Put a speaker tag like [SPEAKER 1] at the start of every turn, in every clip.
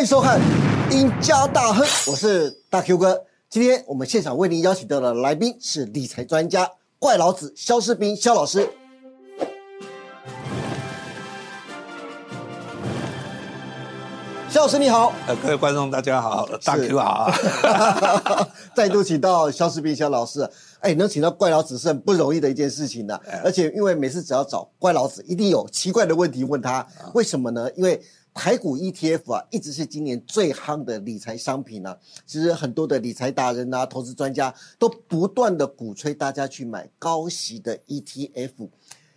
[SPEAKER 1] 迎收看《赢家大亨》，我是大 Q 哥。今天我们现场为您邀请到的来宾是理财专家怪老子肖世斌肖老师。肖老师你好，
[SPEAKER 2] 呃，各位观众大家好，大 Q 好，啊
[SPEAKER 1] 再度请到肖世斌肖老师。哎，能请到怪老子是很不容易的一件事情呢、而且因为每次只要找怪老子，一定有奇怪的问题问他，为什么呢？因为台股 ETF 啊，一直是今年最夯的理财商品啊。其实很多的理财达人啊、投资专家都不断的鼓吹大家去买高息的 ETF。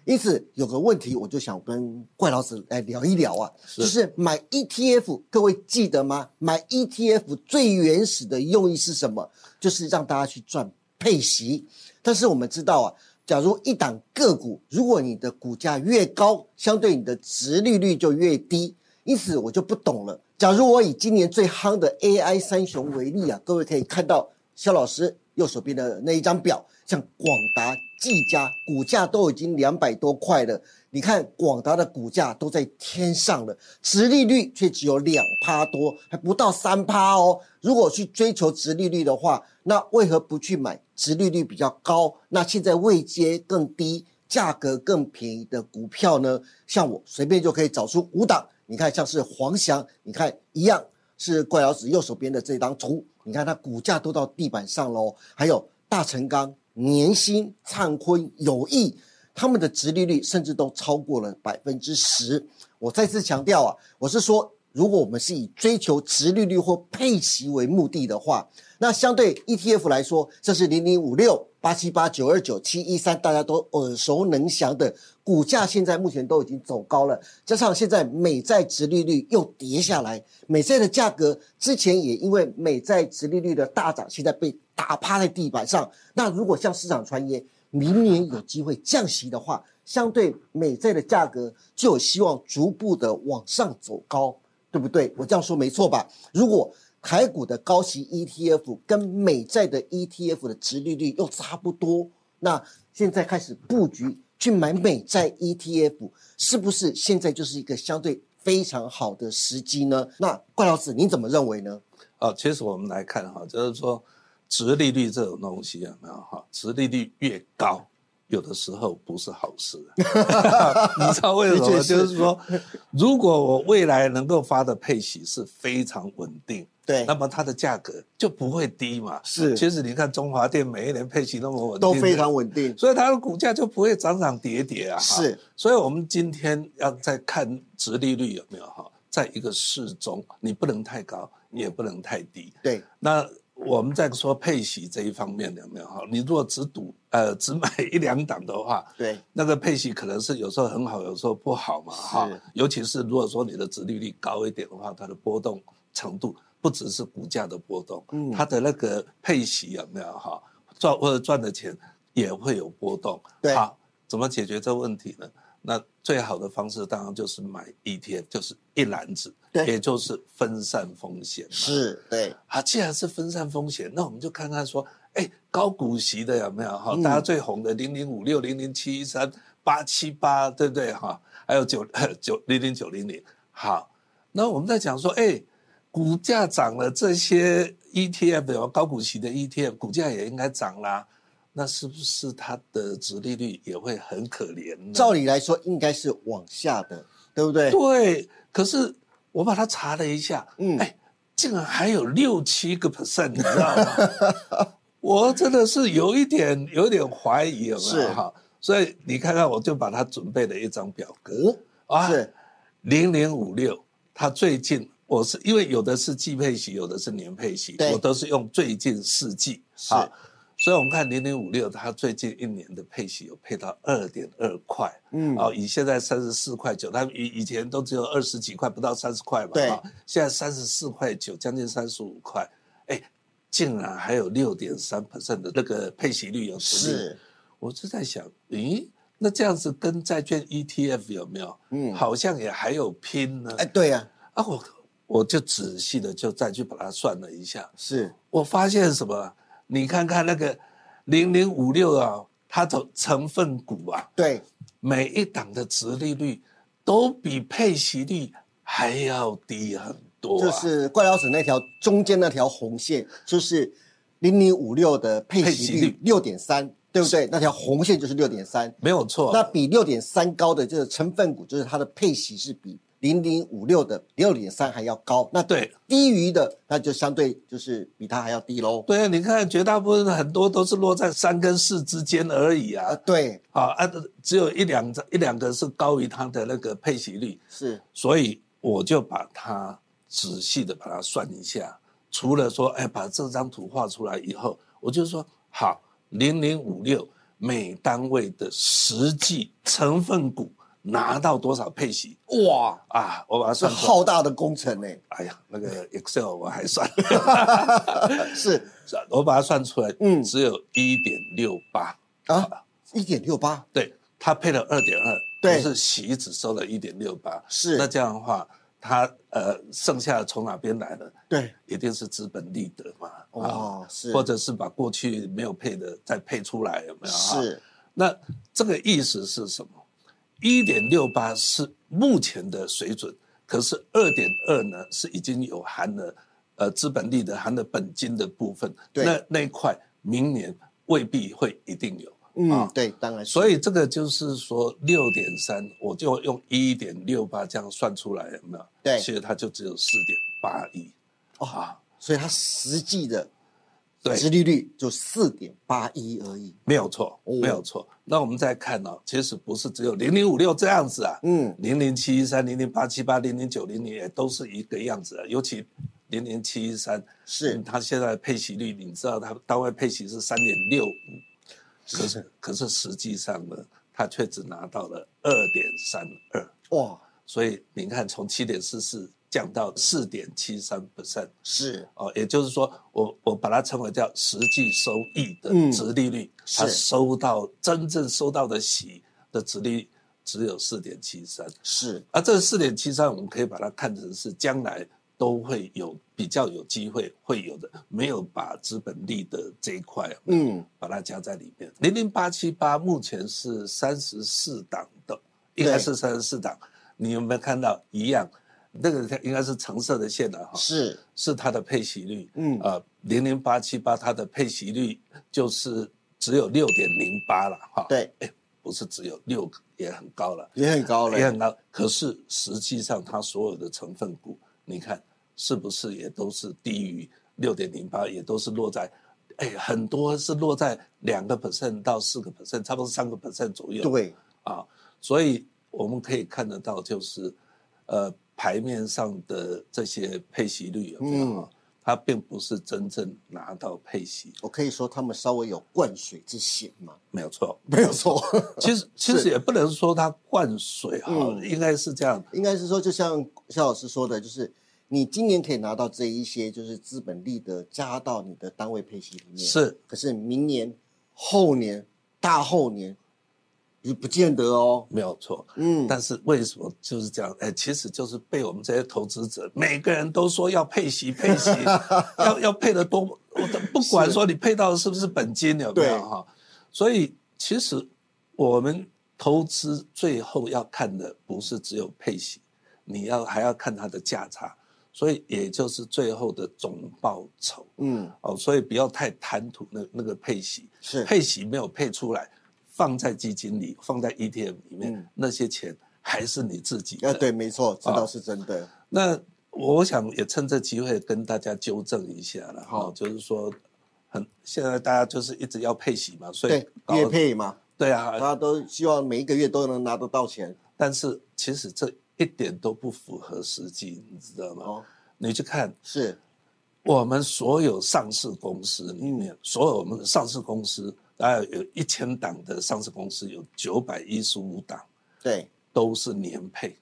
[SPEAKER 1] 因此有个问题，我就想跟怪老子来聊一聊啊，就是买 ETF，各位记得吗？买 ETF 最原始的用意是什么？就是让大家去赚配息。但是我们知道啊，假如一档个股，如果你的股价越高，相对你的值利率就越低。因此我就不懂了。假如我以今年最夯的 AI 三雄为例啊，各位可以看到肖老师右手边的那一张表，像广达、技嘉股价都已经两百多块了。你看广达的股价都在天上了，殖利率却只有两趴多，还不到三趴哦。如果去追求殖利率的话，那为何不去买殖利率比较高？那现在位阶更低，价格更便宜的股票呢？像我随便就可以找出五档，你看像是黄翔，你看一样是怪老子右手边的这张图，你看它股价都到地板上喽。还有大成钢、年薪、灿坤、友谊，他们的殖利率甚至都超过了百分之十。我再次强调啊，我是说，如果我们是以追求殖利率或配息为目的的话，那相对 ETF 来说，这是零零五六、八七八、九二九、七一三，大家都耳熟能详的股价，现在目前都已经走高了，加上现在美债殖利率又跌下来，美债的价格之前也因为美债殖利率的大涨，现在被打趴在地板上。那如果像市场传言，明年有机会降息的话，相对美债的价格就有希望逐步的往上走高，对不对？我这样说没错吧？如果台股的高息 ETF 跟美债的 ETF 的殖利率又差不多，那现在开始布局去买美债 ETF，是不是现在就是一个相对非常好的时机呢？那怪老师你怎么认为呢？
[SPEAKER 2] 哦，其实我们来看哈，就是说，殖利率这种东西有没有哈？殖利率越高，有的时候不是好事。啊 你知道为什
[SPEAKER 1] 的
[SPEAKER 2] 么
[SPEAKER 1] 确
[SPEAKER 2] 吗？
[SPEAKER 1] 是
[SPEAKER 2] 就是说，如果我未来能够发的配息是非常稳定，
[SPEAKER 1] 对
[SPEAKER 2] 那么它的价格就不会低嘛。
[SPEAKER 1] 是
[SPEAKER 2] 其实你看中华电每一年配息那么稳定，
[SPEAKER 1] 都非常稳定，
[SPEAKER 2] 所以它的股价就不会涨涨跌跌啊。哈
[SPEAKER 1] 是，
[SPEAKER 2] 所以我们今天要再看殖利率有没有哈，在一个适中，你不能太高，你也不能太低。
[SPEAKER 1] 对，
[SPEAKER 2] 那我们再说配息这一方面有没有哈？你如果只赌呃只买一两档的话，
[SPEAKER 1] 对，
[SPEAKER 2] 那个配息可能是有时候很好，有时候不好嘛哈
[SPEAKER 1] 是。
[SPEAKER 2] 尤其是如果说你的殖利率高一点的话，它的波动程度不只是股价的波动，
[SPEAKER 1] 嗯
[SPEAKER 2] 它的那个配息有没有哈赚或者赚的钱也会有波动。
[SPEAKER 1] 对
[SPEAKER 2] 好，怎么解决这问题呢？那最好的方式当然就是买 ETF，就是一篮子，
[SPEAKER 1] 对
[SPEAKER 2] 也就是分散风险嘛。
[SPEAKER 1] 是，对，
[SPEAKER 2] 啊，既然是分散风险，那我们就看看说，哎，高股息的有没有哈？
[SPEAKER 1] 嗯
[SPEAKER 2] 大家最红的零零五六、零零七一三、八七八，对不对哈？还有九 九零零九零零。好，那我们在讲说，哎，股价涨了，这些 ETF 有高股息的 ETF，股价也应该涨啦。那是不是它的殖利率也会很可怜呢？
[SPEAKER 1] 照理来说应该是往下的，对不对？
[SPEAKER 2] 对，可是我把它查了一下，
[SPEAKER 1] 嗯
[SPEAKER 2] 嗯，哎，竟然还有六七个 percent，你知道吗？ 我真的是有一点有点怀疑，有没
[SPEAKER 1] 是
[SPEAKER 2] 有哈？所以你看看，我就把它准备了一张表格啊，
[SPEAKER 1] 嗯是，
[SPEAKER 2] 零零五六，它最近我是因为有的是季配息，有的是年配息
[SPEAKER 1] 对，
[SPEAKER 2] 我都是用最近四季
[SPEAKER 1] 是
[SPEAKER 2] 啊。所以我们看零零五六，它最近一年的配息有配到二点二块，
[SPEAKER 1] 嗯
[SPEAKER 2] 哦，以现在三十四块九，它以以前都只有二十几块，不到三十块嘛，
[SPEAKER 1] 对
[SPEAKER 2] 啊现在三十四块九，将近三十五块，哎，竟然还有六点三的那个配息率有实力
[SPEAKER 1] 是，
[SPEAKER 2] 我就在想，咦，那这样子跟债券 ETF 有没有？
[SPEAKER 1] 嗯
[SPEAKER 2] 好像也还有拼呢。
[SPEAKER 1] 哎，对呀，
[SPEAKER 2] 啊，我我就仔细的就再去把它算了一下，
[SPEAKER 1] 是，
[SPEAKER 2] 我发现什么？你看看那个零零五六啊，它的成分股啊，
[SPEAKER 1] 对，
[SPEAKER 2] 每一档的殖利率都比配息率还要低很多啊，
[SPEAKER 1] 就是怪老子那条中间那条红线，就是零零五六的配息
[SPEAKER 2] 配息率
[SPEAKER 1] 率六点三，对不对？那条红线就是六点三，
[SPEAKER 2] 没有错。
[SPEAKER 1] 那比六点三高的就是成分股，就是它的配息是比零零五六的六点三还要高。那
[SPEAKER 2] 对
[SPEAKER 1] 低于的，那就相对就是比它还要低喽。
[SPEAKER 2] 对啊，你看绝大部分很多都是落在三跟四之间而已
[SPEAKER 1] 啊
[SPEAKER 2] 啊，，
[SPEAKER 1] 对，
[SPEAKER 2] 啊啊，只有一两张一两个是高于它的那个配息率，
[SPEAKER 1] 是
[SPEAKER 2] 所以我就把它仔细的把它算一下。除了说，哎，把这张图画出来以后，我就说好，零零五六每单位的实际成分股拿到多少配息
[SPEAKER 1] 哇，
[SPEAKER 2] 啊？我把它
[SPEAKER 1] 是
[SPEAKER 2] 算出来。
[SPEAKER 1] 浩大的工程欸呢、
[SPEAKER 2] 哎呀，那个 Excel 我还算，
[SPEAKER 1] 是
[SPEAKER 2] 我把它算出来，嗯，
[SPEAKER 1] 嗯
[SPEAKER 2] 只有一点六八，
[SPEAKER 1] 啊，一点六八
[SPEAKER 2] 对，它配了二点二，
[SPEAKER 1] 对
[SPEAKER 2] 就是洗只收了一点六八，
[SPEAKER 1] 是
[SPEAKER 2] 那这样的话，它呃剩下的从哪边来呢？
[SPEAKER 1] 对，
[SPEAKER 2] 一定是资本利得嘛，啊，
[SPEAKER 1] 哦，是
[SPEAKER 2] 或者是把过去没有配的再配出来，有没有？啊，
[SPEAKER 1] 是
[SPEAKER 2] 那这个意思是什么？一点六八是目前的水准，可是二点二呢是已经有含了呃资本利得含了本金的部分，
[SPEAKER 1] 对
[SPEAKER 2] 那那一块明年未必会一定有。
[SPEAKER 1] 嗯、
[SPEAKER 2] 啊
[SPEAKER 1] 对，当然是
[SPEAKER 2] 所以这个就是说，六点三，我就用一点六八这样算出来，有没有？
[SPEAKER 1] 对哦
[SPEAKER 2] 其实它就只有四点八亿啊，
[SPEAKER 1] 所以它实际的
[SPEAKER 2] 对，
[SPEAKER 1] 殖利率就四点八一而已。
[SPEAKER 2] 没有错，
[SPEAKER 1] 哦
[SPEAKER 2] 没有错。那我们再看哦，其实不是只有零零五六这样子啊，
[SPEAKER 1] 嗯，
[SPEAKER 2] 零零七一三、零零八七八、零零九零零也都是一个样子、啊，尤其零零七一三，嗯
[SPEAKER 1] 是
[SPEAKER 2] 它现在的配息率，你知道它单位配息是三点六五，可是可是实际上呢，它却只拿到了二点三二，
[SPEAKER 1] 哇，
[SPEAKER 2] 所以你看从七点四四降到四点七三 percent。
[SPEAKER 1] 是
[SPEAKER 2] 哦，也就是说，我我把它称为叫实际收益的
[SPEAKER 1] 嗯
[SPEAKER 2] 值利率，
[SPEAKER 1] 是
[SPEAKER 2] 它收到真正收到的息的值利率只有四点七三，
[SPEAKER 1] 是
[SPEAKER 2] 而这四点七三我们可以把它看成是将来都会有比较有机会会有的，没有把资本利得这一块哦
[SPEAKER 1] 嗯，
[SPEAKER 2] 把它加在里面。零零八七八目前是三十四档的，应该
[SPEAKER 1] 对
[SPEAKER 2] 是三十四档，你有没有看到一样？那个应该是橙色的线了、哈，
[SPEAKER 1] 是
[SPEAKER 2] 是它的配息率，
[SPEAKER 1] 嗯
[SPEAKER 2] 呃，零零八七八它的配息率就是只有六点零八了哈，，
[SPEAKER 1] 对，
[SPEAKER 2] 不是只有六，也很高了，
[SPEAKER 1] 也很高
[SPEAKER 2] 也
[SPEAKER 1] 了。
[SPEAKER 2] 很高。可是实际上它所有的成分股，你看是不是也都是低于六点零八，也都是落在，哎，很多是落在两个 percent 到四个 percent，差不多三个 percent 左右，
[SPEAKER 1] 对，
[SPEAKER 2] 啊，所以我们可以看得到，就是呃牌面上的这些配息率有没
[SPEAKER 1] 嗯
[SPEAKER 2] 有啊？它并不是真正拿到配息，
[SPEAKER 1] 我可以说他们稍微有灌水之嫌嘛，
[SPEAKER 2] 没有错。
[SPEAKER 1] 没有错。
[SPEAKER 2] 其实其实也不能说它灌水哈、
[SPEAKER 1] 呃嗯
[SPEAKER 2] 应该是这样。
[SPEAKER 1] 应该是说，就像肖老师说的，就是你今年可以拿到这一些，就是资本利得加到你的单位配息里面。，
[SPEAKER 2] 是
[SPEAKER 1] 可是明年、后年、大后年，你不见得哦。
[SPEAKER 2] 没有错，
[SPEAKER 1] 嗯，
[SPEAKER 2] 但是为什么就是这样？哎，其实就是被我们这些投资者每个人都说要配息，配 息，要要配的多，我都不管说你配到的是不是本金有没有
[SPEAKER 1] 对
[SPEAKER 2] 哈。所以其实我们投资最后要看的不是只有配息，你要还要看它的价差，所以也就是最后的总报酬
[SPEAKER 1] 嗯，
[SPEAKER 2] 哦。所以不要太贪图那那个配息，
[SPEAKER 1] 是
[SPEAKER 2] 配息没有配出来，放在基金里，放在 ETF 里面，
[SPEAKER 1] 嗯
[SPEAKER 2] 那些钱还是你自己的。
[SPEAKER 1] 啊，对，没错，这倒是真的。
[SPEAKER 2] 那我想也趁这机会跟大家纠正一下了哈、
[SPEAKER 1] 好
[SPEAKER 2] 就是说很现在大家就是一直要配息嘛，所以
[SPEAKER 1] 对，
[SPEAKER 2] 搞
[SPEAKER 1] 月配嘛，
[SPEAKER 2] 对
[SPEAKER 1] 大
[SPEAKER 2] 啊，
[SPEAKER 1] 家都希望每一个月都能拿得到钱
[SPEAKER 2] 但是其实这一点都不符合实际，你知道吗？
[SPEAKER 1] 哦。
[SPEAKER 2] 你去看
[SPEAKER 1] 是，
[SPEAKER 2] 我们所有上市公司
[SPEAKER 1] 嗯
[SPEAKER 2] 里面，所有我们的上市公司，大概有一千档的上市公司，有九百一十五档
[SPEAKER 1] 对，
[SPEAKER 2] 都是年配。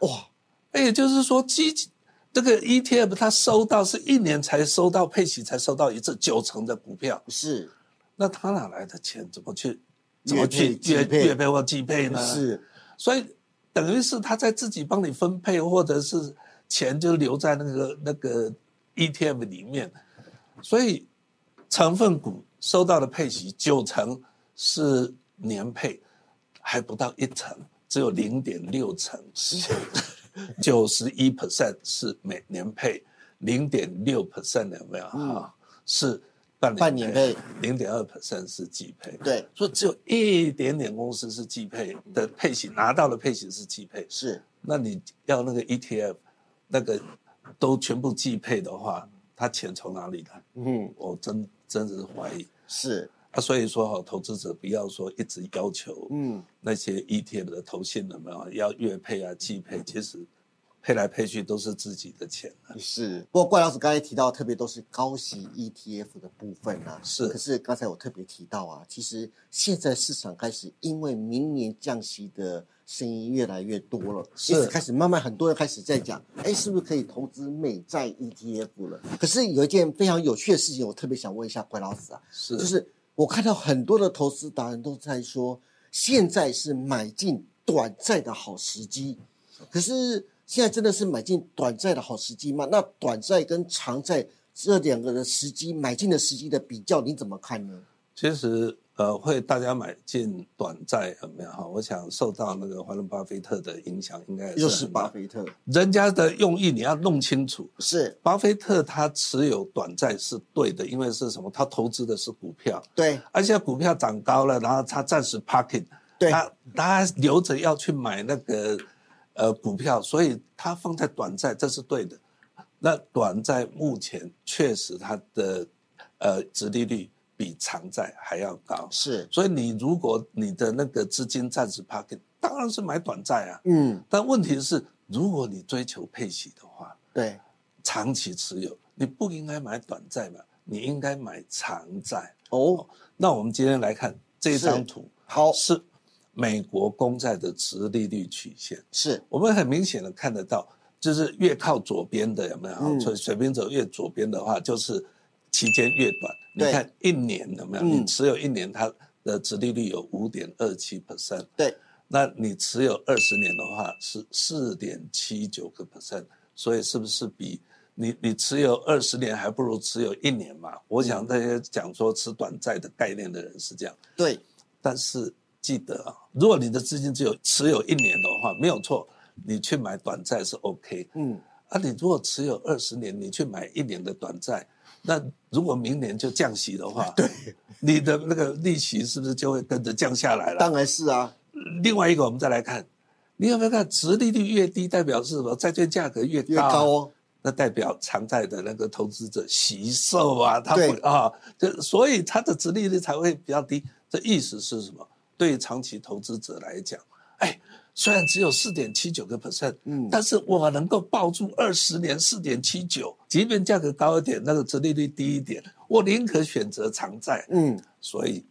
[SPEAKER 1] 哇，
[SPEAKER 2] 哎也就是说基金这个 ETF 它收到是一年才收到配息，才收到一次九成的股票，
[SPEAKER 1] 是
[SPEAKER 2] 那他哪来的钱？怎么去怎么
[SPEAKER 1] 月配
[SPEAKER 2] 去
[SPEAKER 1] 季
[SPEAKER 2] 月
[SPEAKER 1] 配
[SPEAKER 2] 月配或季配呢？，
[SPEAKER 1] 是，
[SPEAKER 2] 所以等于是他在自己帮你分配，或者是钱就留在那个那个 ETF 里面，所以成分股收到的配息九成是 年配，还不到一成，只有零点六成。九十一 percent 是每年配，零点六 percent 有没有啊？是半
[SPEAKER 1] 嗯
[SPEAKER 2] 年
[SPEAKER 1] 半年配，
[SPEAKER 2] 零点二 percent 是季配，
[SPEAKER 1] 对，
[SPEAKER 2] 所以只有一点点公司是季配的配型，拿到的配型是季配，
[SPEAKER 1] 是
[SPEAKER 2] 那你要那个 ETF，那个都全部季配的话，他钱从哪里来？
[SPEAKER 1] 嗯
[SPEAKER 2] 我真真是怀疑
[SPEAKER 1] 是
[SPEAKER 2] 啊。所以说哈、投资者不要说一直要求
[SPEAKER 1] 嗯
[SPEAKER 2] 那些 ETF 的投信有没有要月配啊、季配，其实配来配去都是自己的钱啊、
[SPEAKER 1] 是。不过怪老师刚才提到，特别都是高息 ETF 的部分啊。
[SPEAKER 2] 是
[SPEAKER 1] 可是刚才我特别提到啊，其实现在市场开始因为明年降息的声音越来越多了，
[SPEAKER 2] 是
[SPEAKER 1] 因此开始慢慢很多人开始在讲，哎，是不是可以投资美债 ETF 了？可是有一件非常有趣的事情，我特别想问一下怪老师啊，
[SPEAKER 2] 是
[SPEAKER 1] 就是我看到很多的投资达人都在说，现在是买进短债的好时机。可是现在真的是买进短债的好时机吗？那短债跟长债这两个的时机，买进的时机的比较，你怎么看呢？
[SPEAKER 2] 其实呃，会大家买进短债有没有哈？我想受到那个华伦巴菲特的影响，应该也
[SPEAKER 1] 又
[SPEAKER 2] 是
[SPEAKER 1] 是
[SPEAKER 2] 很大
[SPEAKER 1] 巴菲特，
[SPEAKER 2] 人家的用意你要弄清楚。
[SPEAKER 1] 是
[SPEAKER 2] 巴菲特他持有短债是对的，因为是什么？他投资的是股票，
[SPEAKER 1] 对
[SPEAKER 2] 而且股票涨高了，然后他暂时 parking，
[SPEAKER 1] 对
[SPEAKER 2] 他他留着要去买那个呃股票，所以他放在短债这是对的。那短债目前确实它的呃殖利率比长债还要高，
[SPEAKER 1] 是，
[SPEAKER 2] 所以你如果你的那个资金暂时 parking，当然是买短债啊。
[SPEAKER 1] 嗯，
[SPEAKER 2] 但问题是，如果你追求配息的话，
[SPEAKER 1] 对，
[SPEAKER 2] 长期持有，你不应该买短债嘛，你应该买长债。
[SPEAKER 1] 哦，
[SPEAKER 2] 那我们今天来看这张图，
[SPEAKER 1] 好
[SPEAKER 2] 是美国公债的殖利率曲线，
[SPEAKER 1] 是
[SPEAKER 2] 我们很明显的看得到，就是越靠左边的有没有？
[SPEAKER 1] 嗯
[SPEAKER 2] 所以水平走越左边的话，就是期间越短。你
[SPEAKER 1] 对
[SPEAKER 2] 看一年有没有？
[SPEAKER 1] 嗯
[SPEAKER 2] 你持有一年，它的殖利率有五点二七 percent。
[SPEAKER 1] 对，
[SPEAKER 2] 那你持有二十年的话是四点七九个 percent，所以是不是比你你持有二十年还不如持有一年嘛？我想这些讲说持短债的概念的人是这样，
[SPEAKER 1] 对，
[SPEAKER 2] 但是记得啊，如果你的资金只有持有一年的话，没有错，你去买短债是 OK，
[SPEAKER 1] 嗯，
[SPEAKER 2] 啊，你如果持有二十年，你去买一年的短债，那如果明年就降息的话，对，你的那个利息是不是就会跟着降下来了？
[SPEAKER 1] 当然是啊，
[SPEAKER 2] 另外一个，我们再来看，你有没有看，殖利率越低，代表是什么？债券价格越高、啊
[SPEAKER 1] 越高哦，
[SPEAKER 2] 那代表偿债的那个投资者惜售啊，他不
[SPEAKER 1] 对
[SPEAKER 2] 啊，就所以它的殖利率才会比较低。这意思是什么？对于长期投资者来讲，哎，虽然只有四点七九个 percent，
[SPEAKER 1] 嗯
[SPEAKER 2] 但是我能够抱住二十年四点七九，即便价格高一点，那个殖利率低一点，我宁可选择偿债。
[SPEAKER 1] 嗯，
[SPEAKER 2] 所以，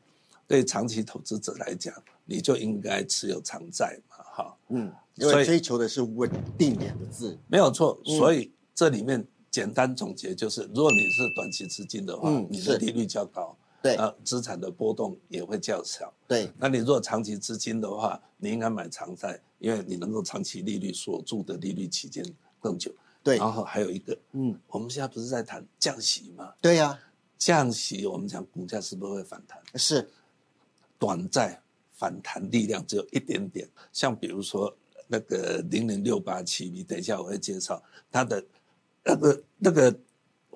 [SPEAKER 2] 对长期投资者来讲，你就应该持有长债嘛，哈，
[SPEAKER 1] 嗯，因
[SPEAKER 2] 所
[SPEAKER 1] 为
[SPEAKER 2] 以
[SPEAKER 1] 追求的是稳定两个字，
[SPEAKER 2] 没有错。
[SPEAKER 1] 嗯
[SPEAKER 2] 所以这里面简单总结就是，如果你是短期资金的话，
[SPEAKER 1] 嗯
[SPEAKER 2] 你的
[SPEAKER 1] 是
[SPEAKER 2] 利率较高，
[SPEAKER 1] 对
[SPEAKER 2] 啊，资产的波动也会较小。
[SPEAKER 1] 对，
[SPEAKER 2] 那你如果长期资金的话，你应该买长债，因为你能够长期利率锁住的利率期间更久。
[SPEAKER 1] 对，
[SPEAKER 2] 然后还有一个，
[SPEAKER 1] 嗯，
[SPEAKER 2] 我们现在不是在谈降息吗？
[SPEAKER 1] 对呀，
[SPEAKER 2] 降息，我们讲股价是不是会反弹？
[SPEAKER 1] 是，
[SPEAKER 2] 短债反弹力量只有一点点。像比如说那个零零六八七，你等一下我会介绍它的那个那个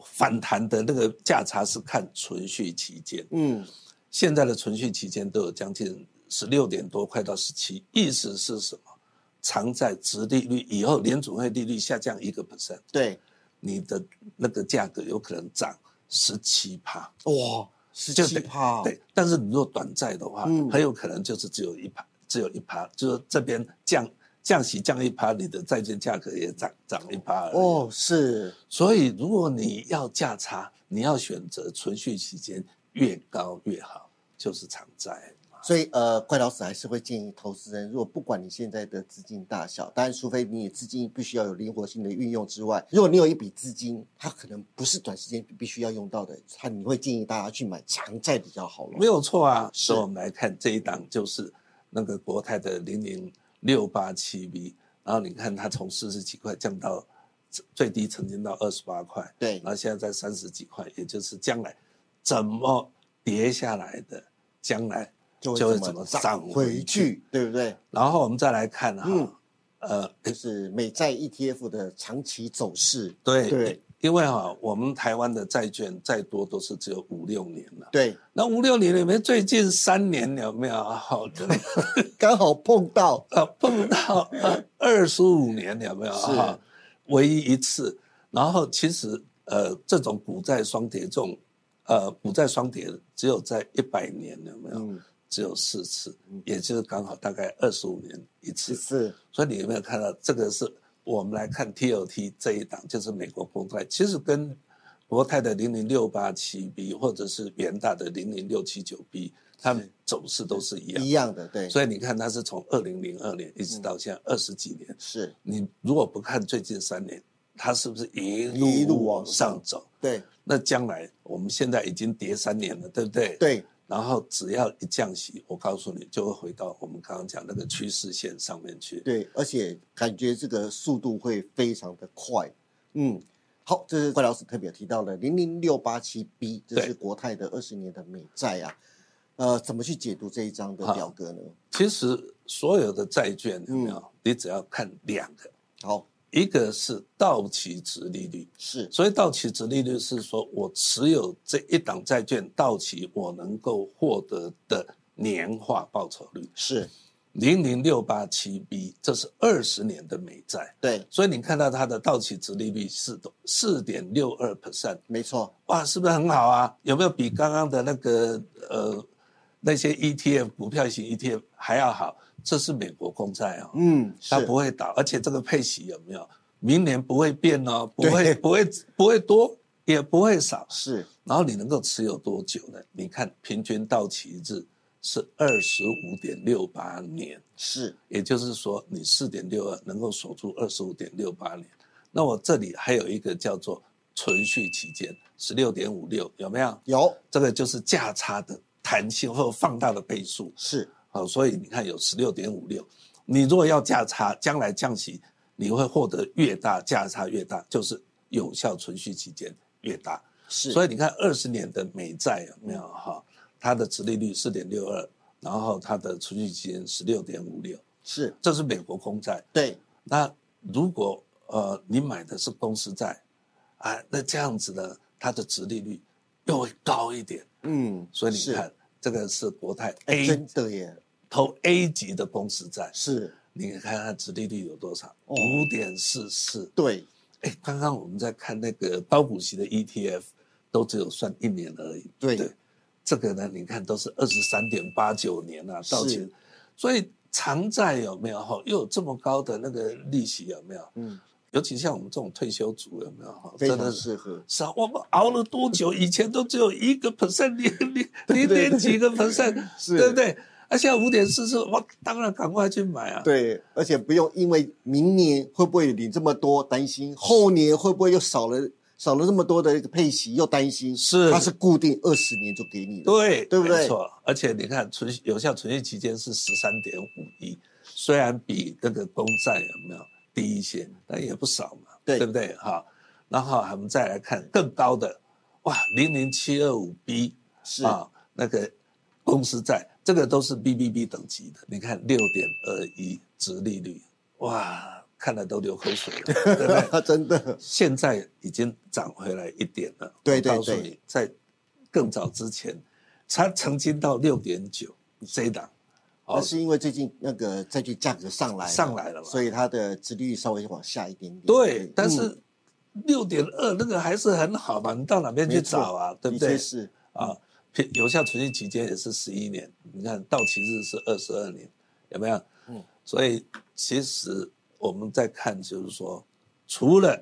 [SPEAKER 2] 反弹的那个价差是看存续期间，
[SPEAKER 1] 嗯，
[SPEAKER 2] 现在的存续期间都有将近十六点多，快到十七，意思是什么？长债值利率以后，联储会利率下降一个 percent，
[SPEAKER 1] 对，
[SPEAKER 2] 你的那个价格有可能涨十七帕。
[SPEAKER 1] 哇，十
[SPEAKER 2] 就
[SPEAKER 1] 七
[SPEAKER 2] 等
[SPEAKER 1] 趴，
[SPEAKER 2] 对，但是你若短债的话，
[SPEAKER 1] 哦嗯
[SPEAKER 2] 很有可能就是只有一趴，只有一趴，就是这边降降息降一趴，你的债券价格也涨涨一趴而已。
[SPEAKER 1] 哦，是，
[SPEAKER 2] 所以如果你要价差，你要选择存续期间越高越好，就是长债。
[SPEAKER 1] 所以呃，怪老师还是会建议投资人，如果不管你现在的资金大小，当然除非你资金必须要有灵活性的运用之外，如果你有一笔资金，它可能不是短时间必须要用到的，它你会建议大家去买长债比较好
[SPEAKER 2] 没
[SPEAKER 1] 了。
[SPEAKER 2] 有错啊。
[SPEAKER 1] 是
[SPEAKER 2] 所以我们来看这一档，就是那个国泰的零零六八七 B，然后你看它从四十几块降到最低曾经到二十八块，
[SPEAKER 1] 对
[SPEAKER 2] 然，后啊现在在三十几块，也就是将来怎么跌下来的，将来
[SPEAKER 1] 就
[SPEAKER 2] 就
[SPEAKER 1] 会
[SPEAKER 2] 会
[SPEAKER 1] 怎
[SPEAKER 2] 怎
[SPEAKER 1] 么
[SPEAKER 2] 么
[SPEAKER 1] 涨
[SPEAKER 2] 涨
[SPEAKER 1] 回
[SPEAKER 2] 回去。哎
[SPEAKER 1] 去，对不对？
[SPEAKER 2] 然后我们再来看哈、
[SPEAKER 1] 嗯
[SPEAKER 2] 呃，
[SPEAKER 1] 就是美债 ETF 的长期走势。
[SPEAKER 2] 对
[SPEAKER 1] 对，
[SPEAKER 2] 因为哈、我们台湾的债券再多都是只有五六年了。
[SPEAKER 1] 对，
[SPEAKER 2] 那五六年里面，最近三年有没有？好的，
[SPEAKER 1] 刚好碰到
[SPEAKER 2] 呃，碰到 二十五年有没有？
[SPEAKER 1] 是
[SPEAKER 2] 哈，唯一一次。然后其实呃，这种股债双跌这种，呃，股债双跌只有在一百年有没有？
[SPEAKER 1] 嗯
[SPEAKER 2] 只有四次，也就是刚好大概二十五年一次
[SPEAKER 1] 几。次，
[SPEAKER 2] 所以你有没有看到这个是我们来看 TLT 这一档，就是美国公债，其实跟国泰的零零六八七 B 或者是元大的零零六七九 B，它们走势都是一样
[SPEAKER 1] 一。样嗯的，对，
[SPEAKER 2] 所以你看，它是从二零零二年一直到现在二十几年，
[SPEAKER 1] 是
[SPEAKER 2] 你如果不看最近三年，它是不是一
[SPEAKER 1] 一
[SPEAKER 2] 路
[SPEAKER 1] 路往
[SPEAKER 2] 往上走？
[SPEAKER 1] 对
[SPEAKER 2] 那将来我们现在已经跌三年了，对不对？。
[SPEAKER 1] 对，
[SPEAKER 2] 然后只要一降息，我告诉你，就会回到我们刚刚讲那个趋势线上面去。
[SPEAKER 1] 对，而且感觉这个速度会非常的快。嗯，好，这是怪老师特别提到的零零六八七 B，这
[SPEAKER 2] 对
[SPEAKER 1] 是国泰的二十年的美债啊。呃，怎么去解读这一张的
[SPEAKER 2] 好
[SPEAKER 1] 表格呢？
[SPEAKER 2] 其实所有的债券有没有？你只要看两个，
[SPEAKER 1] 好，
[SPEAKER 2] 一个是到期值利率，
[SPEAKER 1] 是
[SPEAKER 2] 所以到期值利率是说我持有这一档债券到期，我能够获得的年化报酬率
[SPEAKER 1] 是，
[SPEAKER 2] 零零六八七 B，这是二十年的美债，
[SPEAKER 1] 对，
[SPEAKER 2] 所以你看到它的到期值利率是四点六二 percent，
[SPEAKER 1] 没错，
[SPEAKER 2] 哇，是不是很好啊？有没有比刚刚的那个呃那些 ETF 股票型 ETF 还要好？这是美国公债哦，
[SPEAKER 1] 嗯，
[SPEAKER 2] 它
[SPEAKER 1] 是
[SPEAKER 2] 不会倒，而且这个配息有没有？明年不会变哦，不
[SPEAKER 1] 对
[SPEAKER 2] 会不会不会多，也不会少。
[SPEAKER 1] 是，
[SPEAKER 2] 然后你能够持有多久呢？你看平均到期日是二十五点六八年，
[SPEAKER 1] 是，
[SPEAKER 2] 也就是说你四点六二能够守住二十五点六八年。那我这里还有一个叫做存续期间十六点五六，有没有？
[SPEAKER 1] 有，
[SPEAKER 2] 这个就是价差的弹性或放大的倍数。
[SPEAKER 1] 是，
[SPEAKER 2] 好，所以你看有十六点五六，你如果要价差，将来降息，你会获得越大价差越大，就是有效存续期间越大。
[SPEAKER 1] 是，
[SPEAKER 2] 所
[SPEAKER 1] 以
[SPEAKER 2] 以你看二十年的美债有没有哈？它的殖利率四点六二，然后它的存续期间十六点五六，
[SPEAKER 1] 是
[SPEAKER 2] 这是美国公债。
[SPEAKER 1] 对，
[SPEAKER 2] 那如果呃你买的是公司债，啊，那这样子呢，它的殖利率又会高一点。
[SPEAKER 1] 嗯，
[SPEAKER 2] 所以你
[SPEAKER 1] 是，
[SPEAKER 2] 看，这个是国泰
[SPEAKER 1] 哎
[SPEAKER 2] A
[SPEAKER 1] 真的耶，
[SPEAKER 2] 投 A 级的公司债，
[SPEAKER 1] 是，
[SPEAKER 2] 你看它殖利率有多少？
[SPEAKER 1] 哦
[SPEAKER 2] 五点四四。
[SPEAKER 1] 对，
[SPEAKER 2] 哎，刚刚我们在看那个高股息的 ETF，都只有算一年而已。
[SPEAKER 1] 对
[SPEAKER 2] 这个呢，你看都是二十三点八九年啊，到期
[SPEAKER 1] 是，
[SPEAKER 2] 所以长债有没有？哈，又有这么高的那个利息有没有？
[SPEAKER 1] 嗯，
[SPEAKER 2] 尤其像我们这种退休族有没有？哈，
[SPEAKER 1] 非
[SPEAKER 2] 真
[SPEAKER 1] 常
[SPEAKER 2] 的是。
[SPEAKER 1] 适合，
[SPEAKER 2] 是啊，我们熬了多久？以前都只有一个 percent，零零
[SPEAKER 1] 对
[SPEAKER 2] 零
[SPEAKER 1] 对
[SPEAKER 2] 点几个 percent，
[SPEAKER 1] 是
[SPEAKER 2] 对不对？啊，现在五点四四，我当然赶快去买啊。
[SPEAKER 1] 对，而且不用因为明年会不会领这么多担心，后年会不会又少了少了这么多的一个配息又担心，
[SPEAKER 2] 是
[SPEAKER 1] 它是固定二十年就给你的，
[SPEAKER 2] 对，
[SPEAKER 1] 对不对
[SPEAKER 2] 没错，而且你看存续有效存续期间是十三点五一，虽然比那个公债有没有低一些，但也不少嘛，
[SPEAKER 1] 对
[SPEAKER 2] 不对？哈，然后我们再来看更高的，哇，零零七二五 B
[SPEAKER 1] 是
[SPEAKER 2] 啊，那个公司债，这个都是 BBB 等级的，你看六点二一直利率，哇，看了都流口水了，对不对？
[SPEAKER 1] 真的
[SPEAKER 2] 现在已经涨回来一点了。
[SPEAKER 1] 对对
[SPEAKER 2] 我告诉
[SPEAKER 1] 对
[SPEAKER 2] 你，在更早之前，它曾经到六点九这一档，
[SPEAKER 1] 那
[SPEAKER 2] 哦，
[SPEAKER 1] 是因为最近那个债券价格上来了
[SPEAKER 2] 上来了嘛
[SPEAKER 1] 哎所以它的殖利率稍微往下一点点，
[SPEAKER 2] 对，但
[SPEAKER 1] 嗯
[SPEAKER 2] 是六点二那个还是很好嘛，你到哪边去找啊？对不
[SPEAKER 1] 的确
[SPEAKER 2] 对？
[SPEAKER 1] 是
[SPEAKER 2] 啊，平有效存续期间也是十一年，你看到期日是二十二年，有没有？
[SPEAKER 1] 嗯，
[SPEAKER 2] 所以其实我们在看，就是说，除了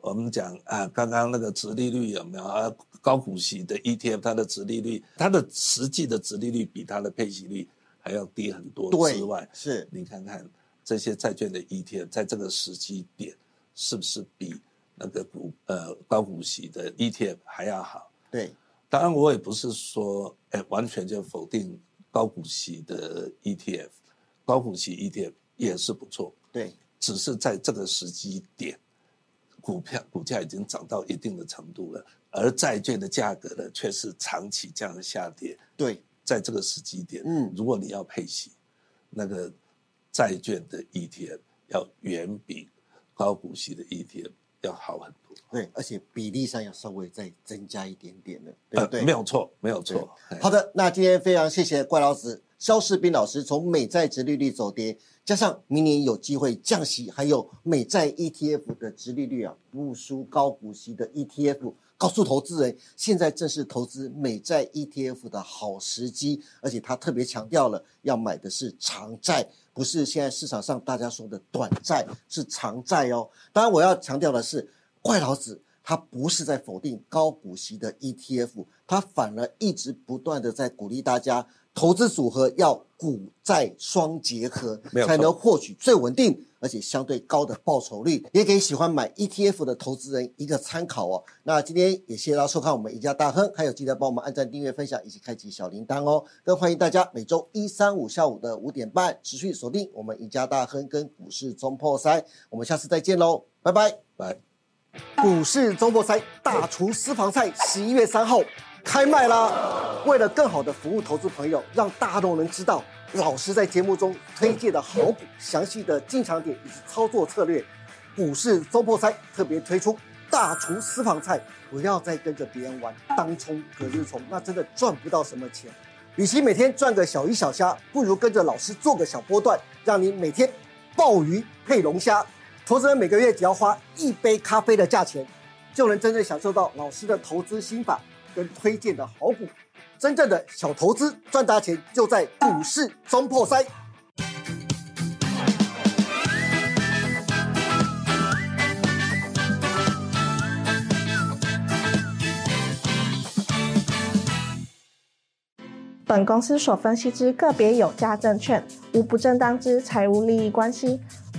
[SPEAKER 2] 我们讲啊，刚刚那个殖利率有没有啊？高股息的 ETF，它的殖利率，它的实际的殖利率比它的配息率还要低很多
[SPEAKER 1] 对
[SPEAKER 2] 之外，
[SPEAKER 1] 是
[SPEAKER 2] 你看看这些债券的 ETF，在这个时机点是不是比那个股呃高股息的 ETF 还要好？
[SPEAKER 1] 对
[SPEAKER 2] 当然，我也不是说，哎，完全就否定高股息的 ETF，高股息 ETF 也是不错，
[SPEAKER 1] 对
[SPEAKER 2] 只是在这个时机点，股票股价已经涨到一定的程度了，而债券的价格呢，却是长期这样下跌。
[SPEAKER 1] 对
[SPEAKER 2] 在这个时机点，
[SPEAKER 1] 嗯
[SPEAKER 2] 如果你要配息，那个债券的 ETF 要远比高股息的 ETF 要好很多。
[SPEAKER 1] 对，而且比例上要稍微再增加一点点了，对
[SPEAKER 2] 呃
[SPEAKER 1] 不，对？
[SPEAKER 2] 没有错，没有错。哎
[SPEAKER 1] 好的，那今天非常谢谢怪老师肖世斌老师从美债殖利率走跌，加上明年有机会降息，还有美债 ETF 的殖利率啊不输高股息的 ETF，告诉投资人现在正是投资美债 ETF 的好时机，而且他特别强调了要买的是长债。不是现在市场上大家说的短债，是长债哦。当然，我要强调的是，怪老子他不是在否定高股息的 ETF，他反而一直不断的在鼓励大家投资组合要股债双结合
[SPEAKER 2] 没，有错
[SPEAKER 1] 才能获取最稳定而且相对高的报酬率，也给喜欢买 ETF 的投资人一个参考哦。那今天也谢谢大家收看我们赢家大亨，还有记得帮我们按赞、订阅、分享以及开启小铃铛哦。更欢迎大家每周一、三、五下午的五点半持续锁定我们赢家大亨跟股市中破塞，我们下次再见喽，拜拜。
[SPEAKER 2] 来，
[SPEAKER 1] 股市周末赛大厨私房菜十一月三号开卖啦！为了更好的服务投资朋友，让大众能知道老师在节目中推荐的好股、详细的进场点以及操作策略，股市周末赛特别推出大厨私房菜，不要再跟着别人玩当冲隔日冲，那真的赚不到什么钱。与其每天赚个小鱼小虾，不如跟着老师做个小波段，让你每天鲍鱼配龙虾。投资人每个月只要花一杯咖啡的价钱，就能真正享受到老师的投资心法跟推荐的好股。真正的小投资赚大钱，就在股市中破塞。
[SPEAKER 3] 本公司所分析之个别有价证券，无不正当之财务利益关系。